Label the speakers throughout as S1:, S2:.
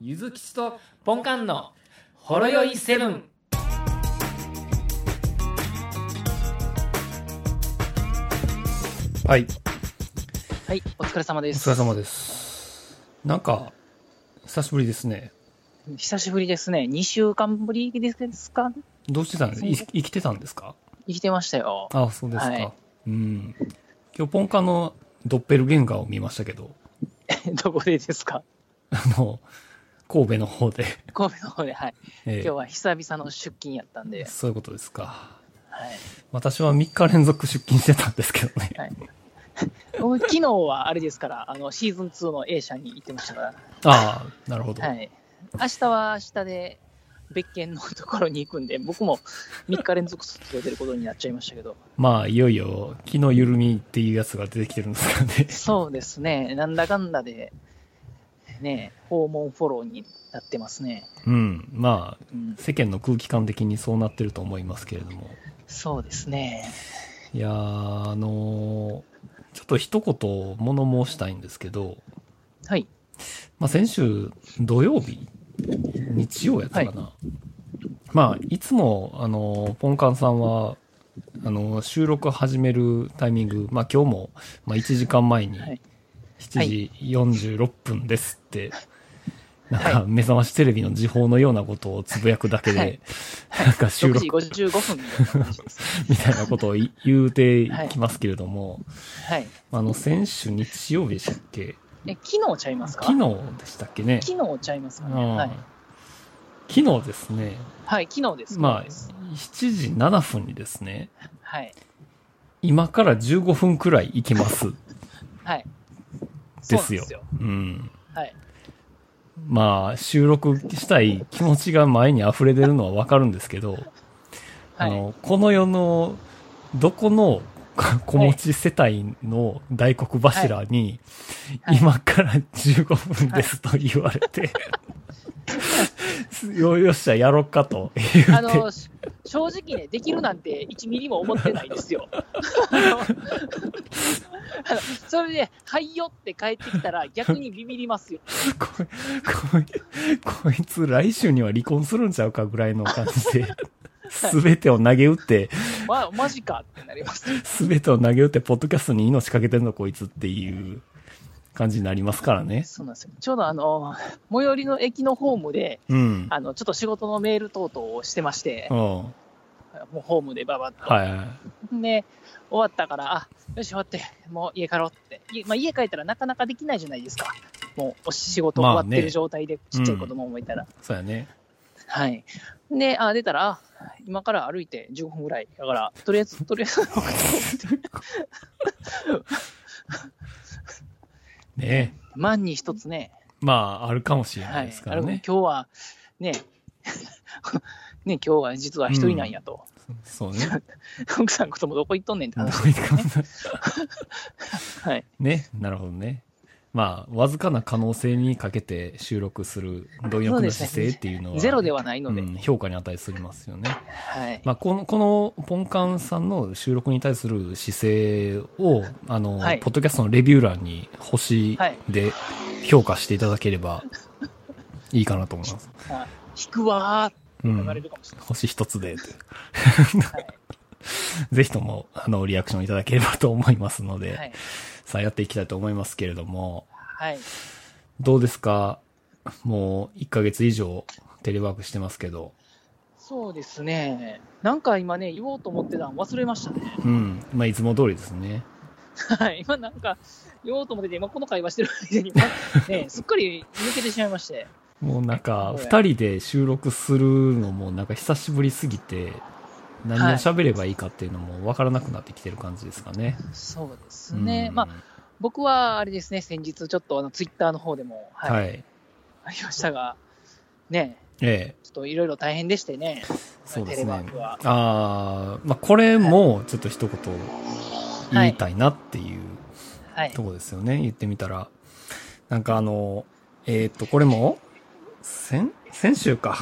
S1: ゆずきちとポンカンのほろよいセブン。
S2: はい、
S3: はい、お疲れ様
S2: お
S3: です。
S2: 疲れ様です。なんか、久しぶりですね。
S3: 久しぶりですね。2週間ぶりですか
S2: どうしてたんですい生きてたんですか
S3: 生きてましたよ。
S2: ああ、そうですか。
S3: はい
S2: うん。今日、ポンカのドッペルゲンガーを見ましたけど、
S3: どこでですか
S2: あの、神戸の方 で、
S3: 神戸の方で、はい。
S2: え
S3: 今
S2: え
S3: 日は久々の出勤やったんで、
S2: そういうことですか。
S3: はい。
S2: 私は3日連続出勤してたんですけどね。
S3: はい、 僕昨日はあれですから、あの、シーズン2の A 社に行ってましたか
S2: ああ、なるほど。
S3: ら、はい。明日は明日で、別件のところに行くんで、僕も3日連続外出ることになっちゃいましたけど、
S2: まあ、いよいよ、気の緩みっていうやつが出てきてるんですかね。
S3: そうですね、なんだかんだで、ね、訪問フォローになってますね。
S2: うん。まあ、
S3: うん、
S2: 世間の空気感的にそうなってると思いますけれども。
S3: そうですね。
S2: いやー、あのーちょっと一言物申したいんですけど、
S3: はい。
S2: まあ、先週土曜日日曜やったかな。まあ、いつも、あのーポンカンさんは、あのー収録始めるタイミング、まあ今日も、まあ1時間前に
S3: はい
S2: 7時46分ですって、なんか
S3: は
S2: 目覚ましテレビの時報のようなことをつぶやくだけで、
S3: はい
S2: なんか収
S3: 6
S2: 録
S3: 時55分の感じです。
S2: みたいなことをい言うていきますけれども、
S3: はい。
S2: あの、先週日曜日でしたっけ
S3: え、昨日ちゃいますか
S2: 昨日でしたっけね。
S3: 昨日ちゃいますかね。
S2: うん
S3: はい。
S2: 昨日ですね、
S3: はい、昨日です。
S2: まあ、
S3: 昨日です
S2: 7時7分にですね、
S3: はい。
S2: 今から15分くらい行き ます。
S3: はい。
S2: で
S3: そうなん
S2: すよ。うん。
S3: はい。
S2: まあ、収録したい気持ちが前に溢れ出るのはわかるんですけど、あ
S3: はい。
S2: の、この世の、どこ のこ子持ち世帯の大黒柱に、
S3: はい
S2: 今から15分ですと言われ て、よよっしゃ、やろっかと言
S3: あ
S2: って、
S3: の、し正直ね、できるなんて1ミリも思ってないで すよ。あの あのそれで、はいよって帰ってきたら逆にビビりますよ。
S2: こいこいこいつ来週には離婚するんちゃうかぐらいの感じで、すべてを投げ打って、
S3: ま、マジかってなります。
S2: すべてを投げ打って、ポッドキャストに命かけてんのこいつっていう感じになりますからね。
S3: そうなんですよ。ちょうどあの、最寄りの駅のホームで、
S2: うん。
S3: あの、ちょっと仕事のメール等々をしてまして
S2: う、ん。は
S3: もうホームでババッと。
S2: いはい。
S3: で、終わったから、あ、よし、終わって、もう家帰ろうって。いまあ、家帰ったらなかなかできないじゃないですか。もうお仕事終わって
S2: まあね
S3: る状態で、ちっちゃい子供もいたら。
S2: そうやね。
S3: はい。で、あ、出たら、あ今から歩いて15分ぐらい。だから、とりあえず、とりあえず、
S2: ねえ。
S3: 万に一つね、
S2: まあ、あるかもしれな
S3: はいい
S2: です。か
S3: あ
S2: ら
S3: の
S2: ね
S3: 今。日は、ね、 ね、今日は実は一人なんやと。
S2: そうね。
S3: 奥さん、子供どこ行っとんねんって
S2: ど
S3: 話。
S2: こ行くかもな
S3: はい。
S2: ね、なるほどね。まあ、わずかな可能性にかけて収録する貪欲な姿勢っていうのは、
S3: ゼロではないので、
S2: うん、評価に値するますよね。
S3: はい。
S2: まあ、この、この、ポンカンさんの収録に対する姿勢を、あの、
S3: はい
S2: ポッドキャストのレビュー欄に星
S3: はい
S2: で評価していただければいいかなと思います。
S3: あ引くわーって
S2: う
S3: 言われ
S2: ん。
S3: るかもしれない。
S2: 星一つで。ぜひとも、あの、リアクションいただければと思いますので、
S3: はい。
S2: さあやっていきたいと思いますけれども、
S3: はい。
S2: どうですかもう1ヶ月以上テレワークしてますけど。
S3: そうですね。なんか今ね、言おうと思ってたの忘れましたね。
S2: うん。まあ、いつも通りですね。
S3: はい。今なんか言おうと思ってて、今この会話してる間に、ま ね、すっかり抜けてしまいまして。
S2: もうなんか、
S3: はい
S2: 2人で収録するのもなんか久しぶりすぎて、何を喋ればいいかっていうのも分からなくなってきてる感じですかね。
S3: そうです
S2: うん
S3: ね。まあ、僕はあれですね、先日ちょっとあのツイッターの方でも、はい、
S2: はい。
S3: ありましたが、ね、
S2: ええ。
S3: ちょっといろいろ大変でしてね、
S2: そうで
S3: テ
S2: す
S3: レワ
S2: ね
S3: ーク。は。
S2: ああ、まあ、これもちょっと一言言いたいなっていう
S3: はい
S2: と。こですよね。言ってみたら。なんかあの、えーっと、これも、先、先週か。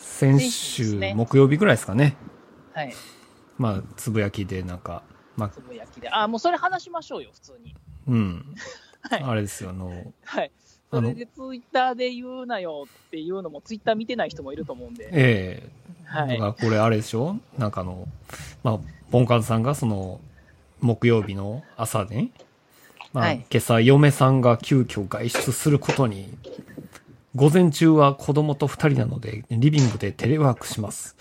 S2: 先
S3: 先週です
S2: 週
S3: ね
S2: 木曜日ぐらいですかね。
S3: はい。
S2: まあ、つぶやきでなんか、まあ、
S3: つぶやきで。あ、もうそれ話しましょうよ、普通に。
S2: うん。
S3: はい
S2: あれですよ、あの、
S3: はい。
S2: あ
S3: そ
S2: の
S3: れでツイッターで言うなよっていうのも、ツイッター見てない人もいると思う んで、
S2: ええだ
S3: は
S2: か
S3: い、
S2: らこれあれでしょなんかあの、まあ、ボンカンさんがその、木曜日の朝ね、まあ、
S3: はい
S2: 今朝嫁さんが急遽外出することに、午前中は子供と二人なので、リビングでテレワークします。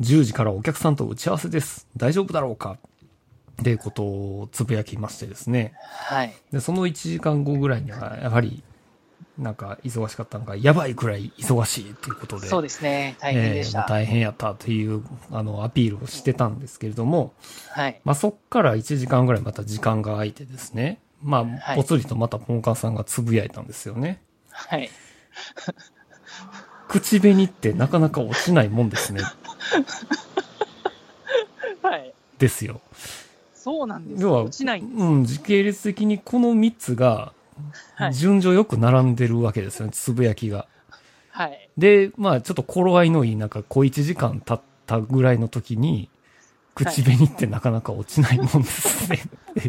S2: 10時からお客さんと打ち合わせです。大丈夫だろうかっていうことをつぶやきましてですね。
S3: はい、
S2: で、その1時間後ぐらいには、やはり、なんか忙しかったのが、やばいくらい忙しいっていうことで。
S3: そうですね、大変でし
S2: えーも
S3: た
S2: う。大変やったというあのアピールをしてたんですけれども、
S3: はい、
S2: まあ、そっから1時間ぐらいまた時間が空いてですね、ま
S3: は
S2: あ、
S3: い
S2: ぽつりとまたポンカンさんがつぶやいたんですよね。
S3: はい、
S2: 口紅ってなかなか落ちないもんです ね。
S3: はい、
S2: ですよ。
S3: そうなんです
S2: 要は
S3: よ、落ちない、
S2: うん、時系列的にこの3つが
S3: はい、
S2: 順序よく並んでるわけですよね、つぶやきが。
S3: はい、
S2: で、まあ、ちょっと頃合いのいい中、小1時間経ったぐらいの時に、口紅ってなかなか落ちないもんです ね。
S3: はい、
S2: っ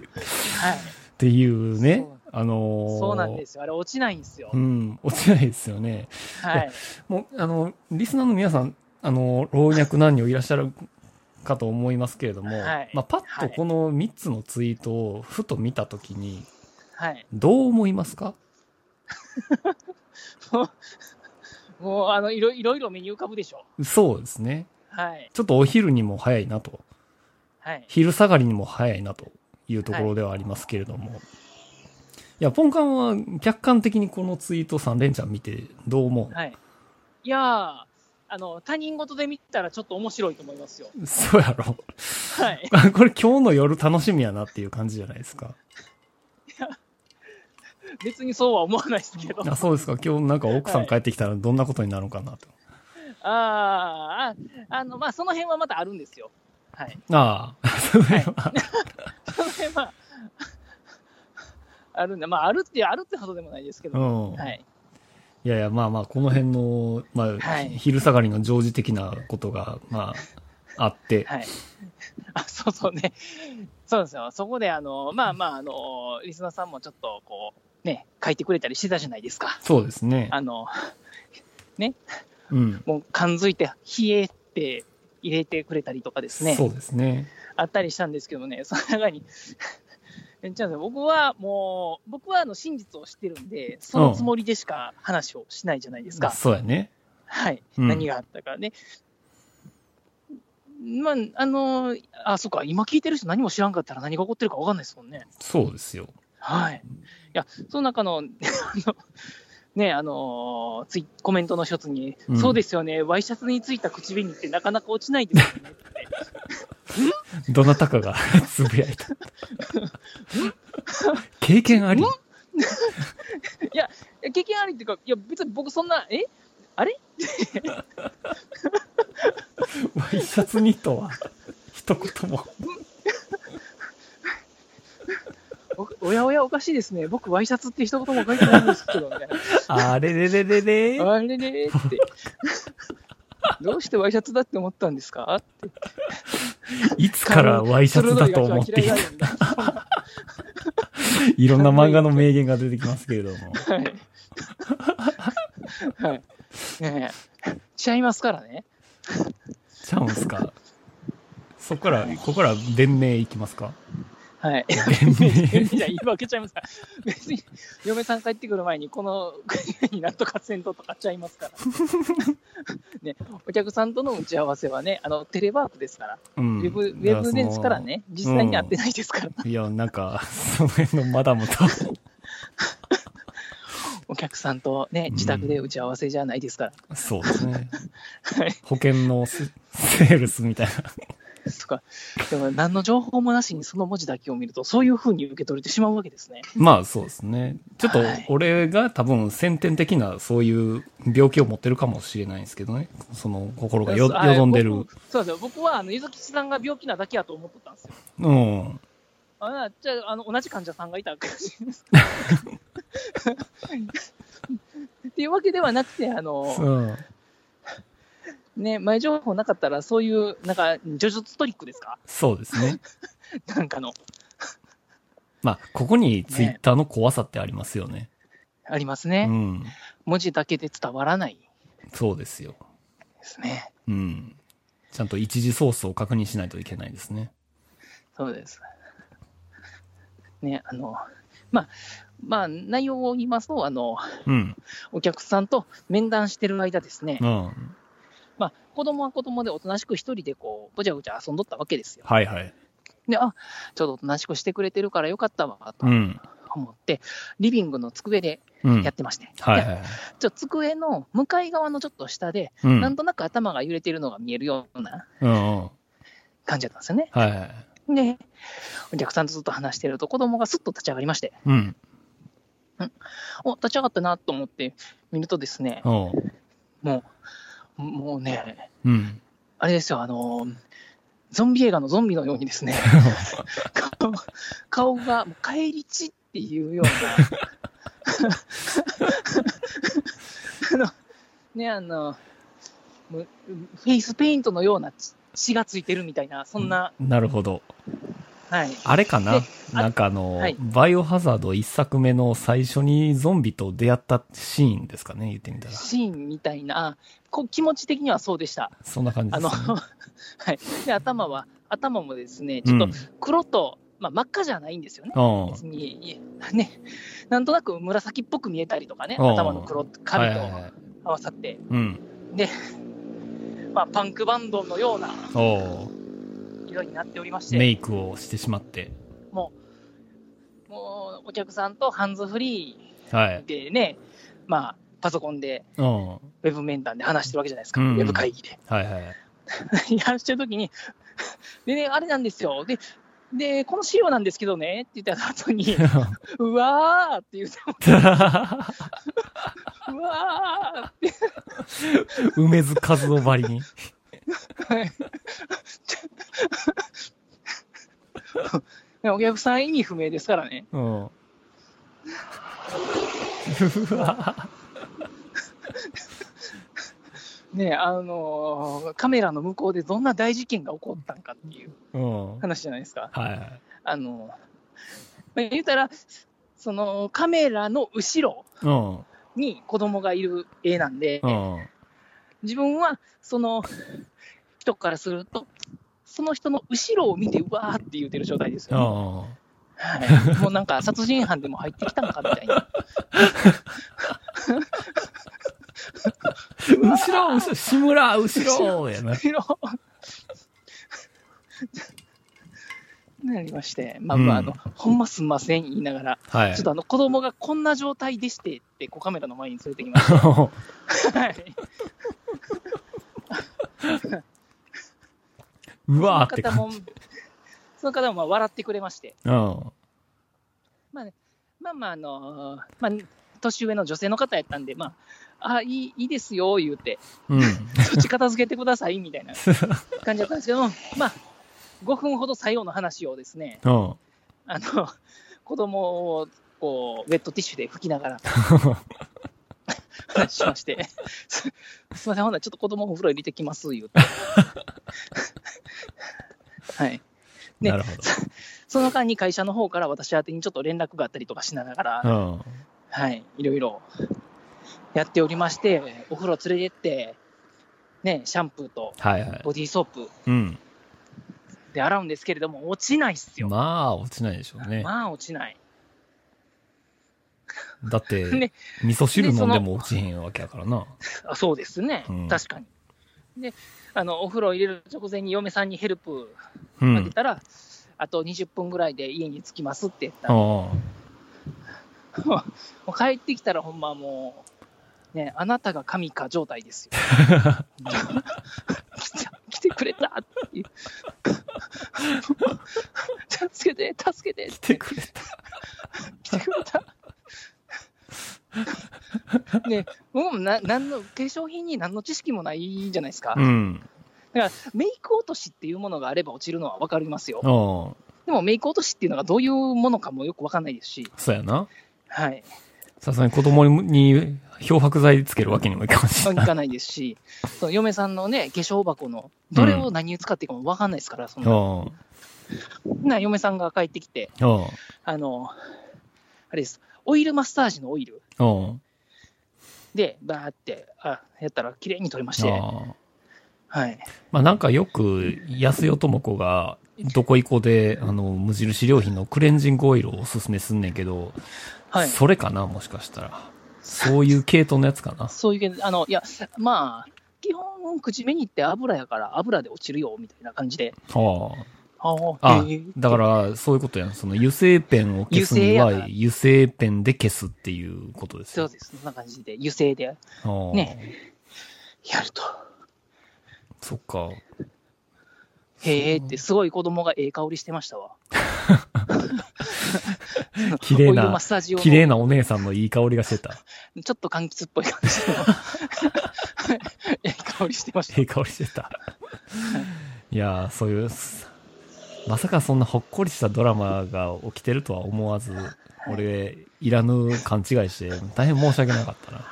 S2: ていうね
S3: そう、
S2: あのー
S3: そうなんですよ、あれ、落ちないんですよ
S2: う。ん、落ちないですよね。
S3: はい、
S2: もう、あの、リスナーの皆さん、あの、老若男女いらっしゃるかと思いますけれども、
S3: はい
S2: まあ、パッとこの3つのツイートをふと見たときに、
S3: はい、
S2: どう思いますか
S3: もう、あの、いろいろいろメニュー浮かぶでしょ。
S2: そうですね。
S3: はい、
S2: ちょっとお昼にも早いなと、
S3: はい、
S2: 昼下がりにも早いなというところではありますけれども、い、や、ポンカンは客観的にこのツイート3連チャン見てどう思う、
S3: はい。いやー、あの、他人事で見たらちょっと面白いと思いますよ。
S2: そうやろ
S3: はい。
S2: あこれ今日の夜楽しみやなっていう感じじゃないですか。
S3: 別にそうは思わないですけど。
S2: あそうですか。今日なんか奥さん
S3: はい
S2: 帰ってきたらどんなことになるのかなと。
S3: あーあ、あの、まあ、その辺はまたあるんですよ。 はい。
S2: ああ、それは
S3: その辺は、 あるんだ。まあ、あるって、あるってほどでもないですけ
S2: う
S3: ど。
S2: ん。、
S3: はいい。
S2: やいや、まあまあ、この辺の、まあ、
S3: はい
S2: 昼下がりの常時的なことが、まあ、あって、
S3: はい。 あ、そうそうね。そうですよ。そこで、あの、まあまあ、あの、リスナーさんもちょっと、こう、ね、書いてくれたりしてたじゃないですか。
S2: そうですね。
S3: あの、
S2: うん。
S3: もう、感づいて、冷えって入れてくれたりとかですね。
S2: そうですね。
S3: あったりしたんですけどね、その中に、 えちゃうんですよ僕はもう、僕はあの真実を知ってるんで、そのつもりでしか話をしないじゃないですか、
S2: そうやね。
S3: はい、
S2: うん
S3: 何があったかね。まあ、あの、あ、そっか、今聞いてる人何も知らんかったら何が起こってるか分かんないですもんね。
S2: そうですよ。
S3: はい。いや、その中の、あ のね、あのツイコメントの一つに、
S2: うん
S3: そうですよね、ワイシャツについた口紅ってなかなか落ちないです よねって。
S2: どなたかが つぶやいた。経験あり
S3: いや経験ありっていうか、いや、別に僕そんな、え
S2: ワイシャツにとは、一言も。
S3: おおやおやおかしいですね。僕、ワイシャツって一言も書いてないんですけど、みたい
S2: あれれれれれ
S3: な。あれれーって。どうしてワイシャツだって思ったんですか
S2: いつからワイシャツだと思っていた
S3: 鋭いやつは嫌いなんだ
S2: いろんな漫画の名言が出てきますけれども。
S3: はい。はい。ねえ。ちゃいますからね。
S2: ちゃうんすかそこから、ここから弁明いきますか
S3: はい。
S2: 弁明。
S3: じゃあ言い訳ちゃいますから。別に、嫁さん帰ってくる前に、この国になんとかせんととかちゃいますから。ね、お客さんとの打ち合わせはね、あの、テレワークですから。
S2: うん
S3: ウェブ、ウェブですから。ね、実際に会ってないですから、
S2: いや、なんか、その辺のマダムと、
S3: お客さんとね、自宅で打ち合わせじゃないですから、
S2: そうですね
S3: はい。
S2: 保険のセセールスみたい
S3: とか、でも何の情報もなしにその文字だけを見ると、そういうふうに受け取れてしまうわけですね。
S2: な。まあ、そうですね。ちょっと
S3: はい、
S2: 俺が多分先天的なそういう病気を持ってるかもしれないんですけどね。その心がよ、よ
S3: あ
S2: どんでる。
S3: 僕そうですよ、僕はあの柚木さんが病気なだけやと思ってたんですよ。
S2: うん。
S3: あじゃああの、同じ患者さんがいたかもしれないです。っていうわけではなくて、あの、
S2: うん。
S3: ね、前情報なかったら、そういう、なんか、叙述トリックですか
S2: そうですね。
S3: なんかの。
S2: まあ、ここにツイッターの怖さってありますよね。
S3: あります
S2: う
S3: ね。
S2: ん。
S3: 文字だけで伝わらない
S2: そうですよ。
S3: ですね。
S2: うん。ちゃんと一時ソースを確認しないといけないですね。
S3: そうです。ね、あの、まあ、まあ、内容を言いますと、あの、
S2: うん。
S3: お客さんと面談してる間ですね、
S2: うん。
S3: まあ、子供は子供でおとなしく一人でこう、ごちゃごちゃ遊んどったわけですよ。
S2: はいはい。
S3: で、あ、ちょっとおとなしくしてくれてるからよかったわ、と
S2: うん。
S3: 思って、リビングの机で
S2: うん。
S3: や
S2: は
S3: ってまして、
S2: いはいはい。
S3: でちょっと机の向かい側のちょっと下で、
S2: うん。
S3: なんとなく頭が揺れてるのが見えるような
S2: うんうん。
S3: 感じだったんですよね。
S2: はいはい。
S3: で、お客さんとずっと話してると、子供がすっと立ち上がりまして、
S2: うん。
S3: お、立ち上がったなと思って見るとですね、
S2: おう
S3: もう、もうね、
S2: うん。
S3: あれですよ、あの、ゾンビ映画のゾンビのようにですね、顔顔がもう返り血っていうような、あの、ね、あの、もうフェイスペイントのような血血がついてるみたいな、そんな、
S2: なるほど。
S3: はい。
S2: あれかな
S3: であ
S2: なんかあの、
S3: はい
S2: バイオハザード一作目の最初にゾンビと出会ったシーンですかね言ってみたら。
S3: シーンみたいな、こ気持ち的にはそうでした。
S2: そんな感じ
S3: あ
S2: です、ね
S3: の、。はい。で、頭は、頭もですね、ちょっと黒と、まあ、真っ赤じゃないんですよね。
S2: うん。うん
S3: 別に、ね、なんとなく紫っぽく見えたりとかね、
S2: うん
S3: 頭の黒、
S2: はい
S3: 髪
S2: はい
S3: と
S2: はい。
S3: 合わさって、
S2: うん。
S3: まあ、パンクバンドのような
S2: おう
S3: 色になっておりまし
S2: メ
S3: て、
S2: イクをしてしまって。
S3: もうお客さんとハンズフリ
S2: はい
S3: ー。でね、まあ、パソコンで、
S2: うん。は
S3: ウェブ面談で話してるわけじゃないですか、
S2: うん
S3: ウェブ会議で。
S2: いはい。
S3: やしてるときに、 でね、あれなんですよ。でで、この資料なんですけどねって言った後に、うわーって言って、うわーって、
S2: 梅津和夫ばりに。
S3: ねお客さん意味不明ですからね。
S2: うん。うわ
S3: ねあのーカメラの向こうでどんな大事件が起こったんかっていう
S2: うん。はい
S3: 話じゃないですか。
S2: はい。
S3: あのーまあ、言うたら、そのカメラの後ろ
S2: うん。
S3: に子供がいる絵なんで、
S2: うん。
S3: 自分はその人からすると、その人の後ろを見て、うわーって言うてる状態です
S2: う
S3: よ、ね
S2: ん。
S3: はい。もうなんか殺人犯でも入ってきたのかみたいな。
S2: 後ろ、後ろ、志村、後ろやな。
S3: 後ろなりまして、まあ
S2: うん
S3: まあ、あの、ほんますんません言いながら、
S2: は
S3: ちょっとあの子供がこんな状態でしてって、こうカメラの前に連れてきまし
S2: い。
S3: た。はい。
S2: う
S3: そ
S2: わー
S3: の
S2: って
S3: 方
S2: 感
S3: も
S2: じ。、
S3: その方もまあ笑ってくれまして、
S2: うん。
S3: まあまあ、あのまあ、年上の女性の方やったんで、まあ、あ、いい、いいですよ、言うて、
S2: うん。
S3: そっち片付けてください、みたいな感じだったんですけども、まあ、5分ほど最後の話をですね、
S2: うん。
S3: あの、子供を、こう、ウェットティッシュで拭きながら、話しまして、 すすいません、ほんならちょっと子供お風呂入れてきます、言うて。 はい。 ね
S2: なるほ
S3: その間に会社の方から私宛てにちょっと連絡があったりとかしながら、
S2: ど。
S3: はい、いろいろやっておりまして、お風呂連れてって、ね、シャンプーと
S2: うん。はいはい。
S3: ボディーソープ
S2: うん。
S3: で洗うんですけれども、落ちないっすよ。
S2: まあ、落ちないでしょうね。
S3: まあ、落ちない。
S2: だって
S3: ね、
S2: 味噌汁飲んで
S3: でそ
S2: も落ちへんわけやからな。
S3: あそうですね、
S2: うん
S3: 確かに。であの、お風呂入れる直前に嫁さんにヘルプ
S2: う
S3: かけ
S2: ん。
S3: たら、あと20分ぐらいで家に着きますって言ったら、も
S2: あ
S3: う帰ってきたら、ほんまもう、ね、あなたが神か状態ですよ。 来た来てくれたっ ていう。助けて、助けて
S2: 来、てくれた。
S3: 来てく れた。ね、僕もななんの化粧品に何の知識もないじゃないですか。
S2: うん。
S3: だからメイク落としっていうものがあれば落ちるのは分かりますよ。
S2: ああ。
S3: でもメイク落としっていうのがどういうものかもよく分かんないですし、
S2: そうやな。
S3: はい、
S2: さすがに子供に漂白剤つけるわけにもいかんし
S3: い
S2: な。
S3: かないですし、 その嫁さんのね、化粧箱のどれを何に使っていいかも分かんないですから、そ
S2: うんん。うん。
S3: なな嫁さんが帰ってきて、あの、あれです、オイルマッサージのオイル、
S2: うん。
S3: で、バーって、あ、やったら綺麗に撮りまし
S2: あ
S3: て、
S2: あ。
S3: はい。
S2: まあなんかよく、安代智子が、どこ行こで、あの、無印良品のクレンジングオイルをおすすめすんねんけど、
S3: はい。
S2: それかな、もしかしたら。そういう系統のやつ かな。
S3: そういうけど、あの、いや、まあ、基本、口紅って油やから油で落ちるよ、みたいな感じで。
S2: はあ。
S3: あー
S2: あ
S3: へー、
S2: だから、そういうことやん。その油性ペンを消すに
S3: 油性やな
S2: は、油性ペンで消すっていうことです
S3: そう
S2: よ。
S3: です。そんな感じで、油性で
S2: ああ
S3: ねやると。
S2: そっ か。
S3: へえって、すごい子供がええ香りしてましたわ。
S2: 綺麗
S3: オイルマ
S2: な
S3: ッ、サージ用の
S2: 綺麗なお姉さんのいい香りがして た。
S3: ちょっと柑橘っぽい感じのええ香りしてました
S2: いい香りして た。いやー、そういう、まさかそんなほっこりしたドラマが起きてるとは思わず、俺、いらぬ勘違いして、大変申し訳なかったな。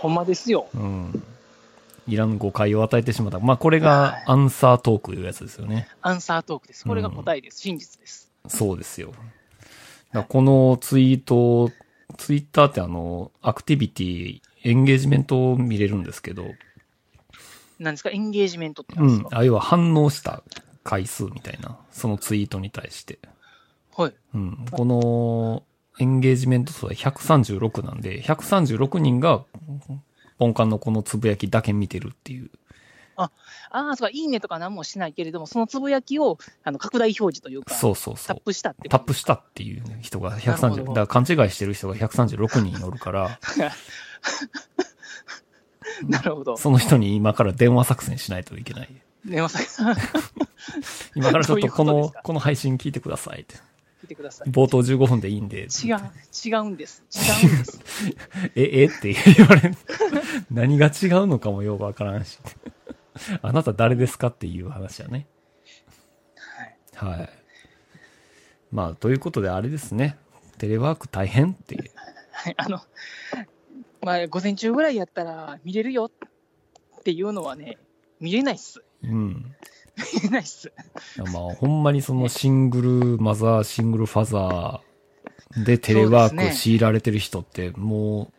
S3: ほんまですよ。
S2: うん。いらぬ誤解を与えてしまった。まあ、これがアンサートークいうやつですよね。
S3: アンサートークです。これが答えです。真実です。
S2: そうですよ。だからこのツイート、ツイッターってあの、アクティビティ、エンゲージメントを見れるんですけど、
S3: 何ですかエンゲージメントって
S2: う
S3: 何です
S2: ん
S3: か、、
S2: あ要は反応した回数みたいな、そのツイートに対して。
S3: はい。
S2: うん、この、エンゲージメント数は136なんで、136人が、ポンカンのこのつぶやきだけ見てるっていう。
S3: ああ、そうか、いいねとか何もしないけれども、そのつぶやきをあの拡大表示というか、
S2: そうそうそ
S3: タッ
S2: う。
S3: プしたって
S2: タ
S3: こ
S2: ッ
S3: と
S2: プしたっていう人が
S3: なるほ
S2: 130、
S3: ど
S2: だから勘違いしてる人が136人おるから、
S3: なるほど。
S2: その人に今から電話作戦しないといけない。
S3: ね、まさか、
S2: 今からちょっとこ
S3: どうい
S2: の、
S3: うことですか
S2: この配信聞いてくださいって。
S3: 聞いてください。
S2: 冒頭15分でいいんで。
S3: 違う、違うんです。違うんです。
S2: え、えって言われる。 何が違うのかもよくわからんし。 あなた誰ですかっていう話やね。
S3: はい
S2: はい。まあ、ということであれですね。テレワーク大変っていう。
S3: はい、あの、まあ、午前中ぐらいやったら見れるよっていうのはね、見れないっす。
S2: うん。
S3: 見れないっす。
S2: まあ、ほんまにそのシングルマザー、シングルファザーでテレワ
S3: そうで
S2: ーク
S3: すね
S2: 強いられてる人ってもう、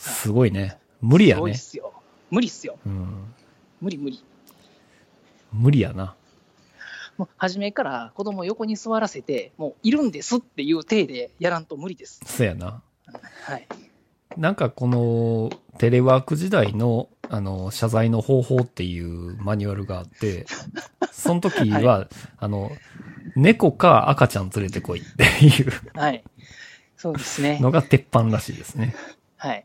S2: すごいね。無理や
S3: すごいっ
S2: ね。
S3: すよ。無理っすよ。
S2: うん。
S3: 無理無理。
S2: 無理やな。
S3: もう初めから子供を横に座らせて、もういるんですっていう体でやらんと無理です。
S2: そうやな。
S3: はい。
S2: なんかこのテレワーク時代のあの謝罪の方法っていうマニュアルがあって、その時は、あの、猫か赤ちゃん連れてこいっていう
S3: はい。そうですね。
S2: のが鉄板らしいですね。
S3: はい。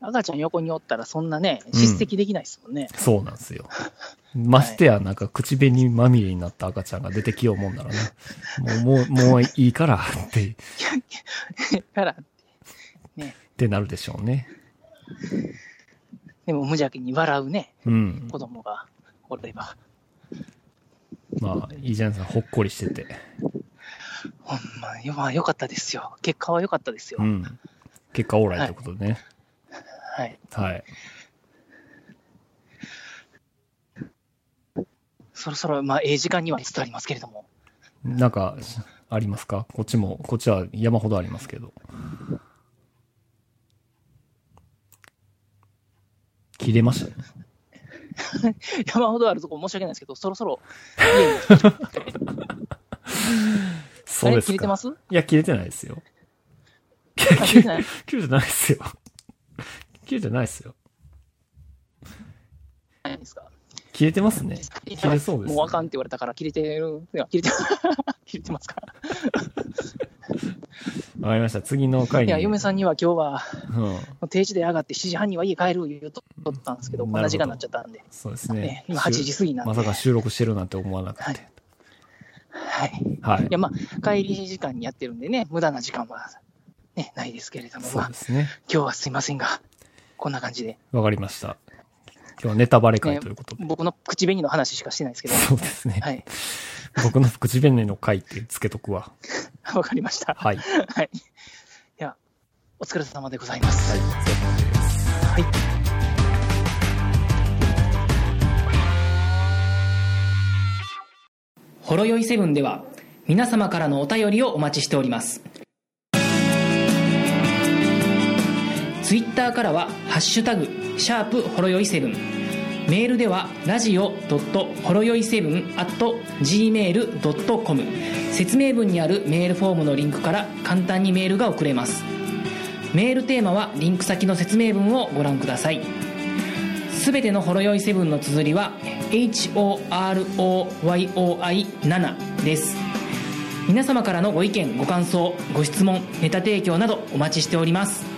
S3: 赤ちゃん横におったらそんなね、叱責できないですもんね。
S2: そうなんですよ。ましてや、なんか口紅まみれになった赤ちゃんが出てきようもん ならね、もう、もう、もういいからって、っ
S3: だから、
S2: てなるでしょうね。
S3: でも無邪気に笑うね、
S2: うん。
S3: 子供がおれば。
S2: まあ、いいじゃないですか。ほっこりしてて。
S3: ほんまよ、まあ良かったですよ。結果は良かったですよ。
S2: うん。結果オーライということでね。
S3: はい。
S2: はい。
S3: そろそろ、まあ、ええ時間には伝わりますけれども。
S2: なんか、ありますかこっちも、こっちは山ほどありますけど。切れましたね。
S3: 山ほどあるとこ申し訳ないですけど、そろそろ、
S2: そうですか。
S3: あれ切れ てます
S2: いや、切れてないですよ。
S3: あ切れてない
S2: 切れてないですよ。切れてないですよ。
S3: ないですか
S2: 切れてますね。切れそうです、ね。
S3: もうあかんって言われたから、切れてる。いや切れて、 切れてますか
S2: わかりました。次の回
S3: い
S2: に。
S3: や、嫁さんには今日は、
S2: うん。
S3: 定時で上がって7時半には家帰る言うとったんですけど、
S2: うん
S3: こんな時間に
S2: な
S3: な
S2: る
S3: っ
S2: ほ
S3: ちゃったんで。
S2: そうですね
S3: ね。今8時過ぎなんで
S2: まさか収録してるなんて思わなくて。
S3: はい。
S2: はい。
S3: いや、まあ、帰り時間にやってるんでね、無駄な時間は、ね、ないですけれども、
S2: そ
S3: ま
S2: う
S3: あ
S2: で、すね。
S3: 今日はすいませんが、こんな感じで、
S2: わかりました。今日はネタバレ会ということで。
S3: 僕の口紅の話しかしてないですけど、
S2: そうですね。
S3: はい。
S2: 僕の口紅の回ってつけとくわ。
S3: わかりました。
S2: はい。
S3: はい。では、お疲れ様でございます。
S2: はい、お疲れ様です。
S3: はい
S1: ほろよいセブンでは皆様からのお便りをお待ちしております
S3: ツイッターからは「ハッシュタグシャープほろよい7」メールではラジオほろよい7 gmail.com 説明文にあるメールフォームのリンクから簡単にメールが送れますメールテーマはリンク先の説明文をご覧くださいすべてのほろ酔いセブンの綴りは HOROYOI7 です皆様からのご意見ご感想ご質問ネタ提供などお待ちしております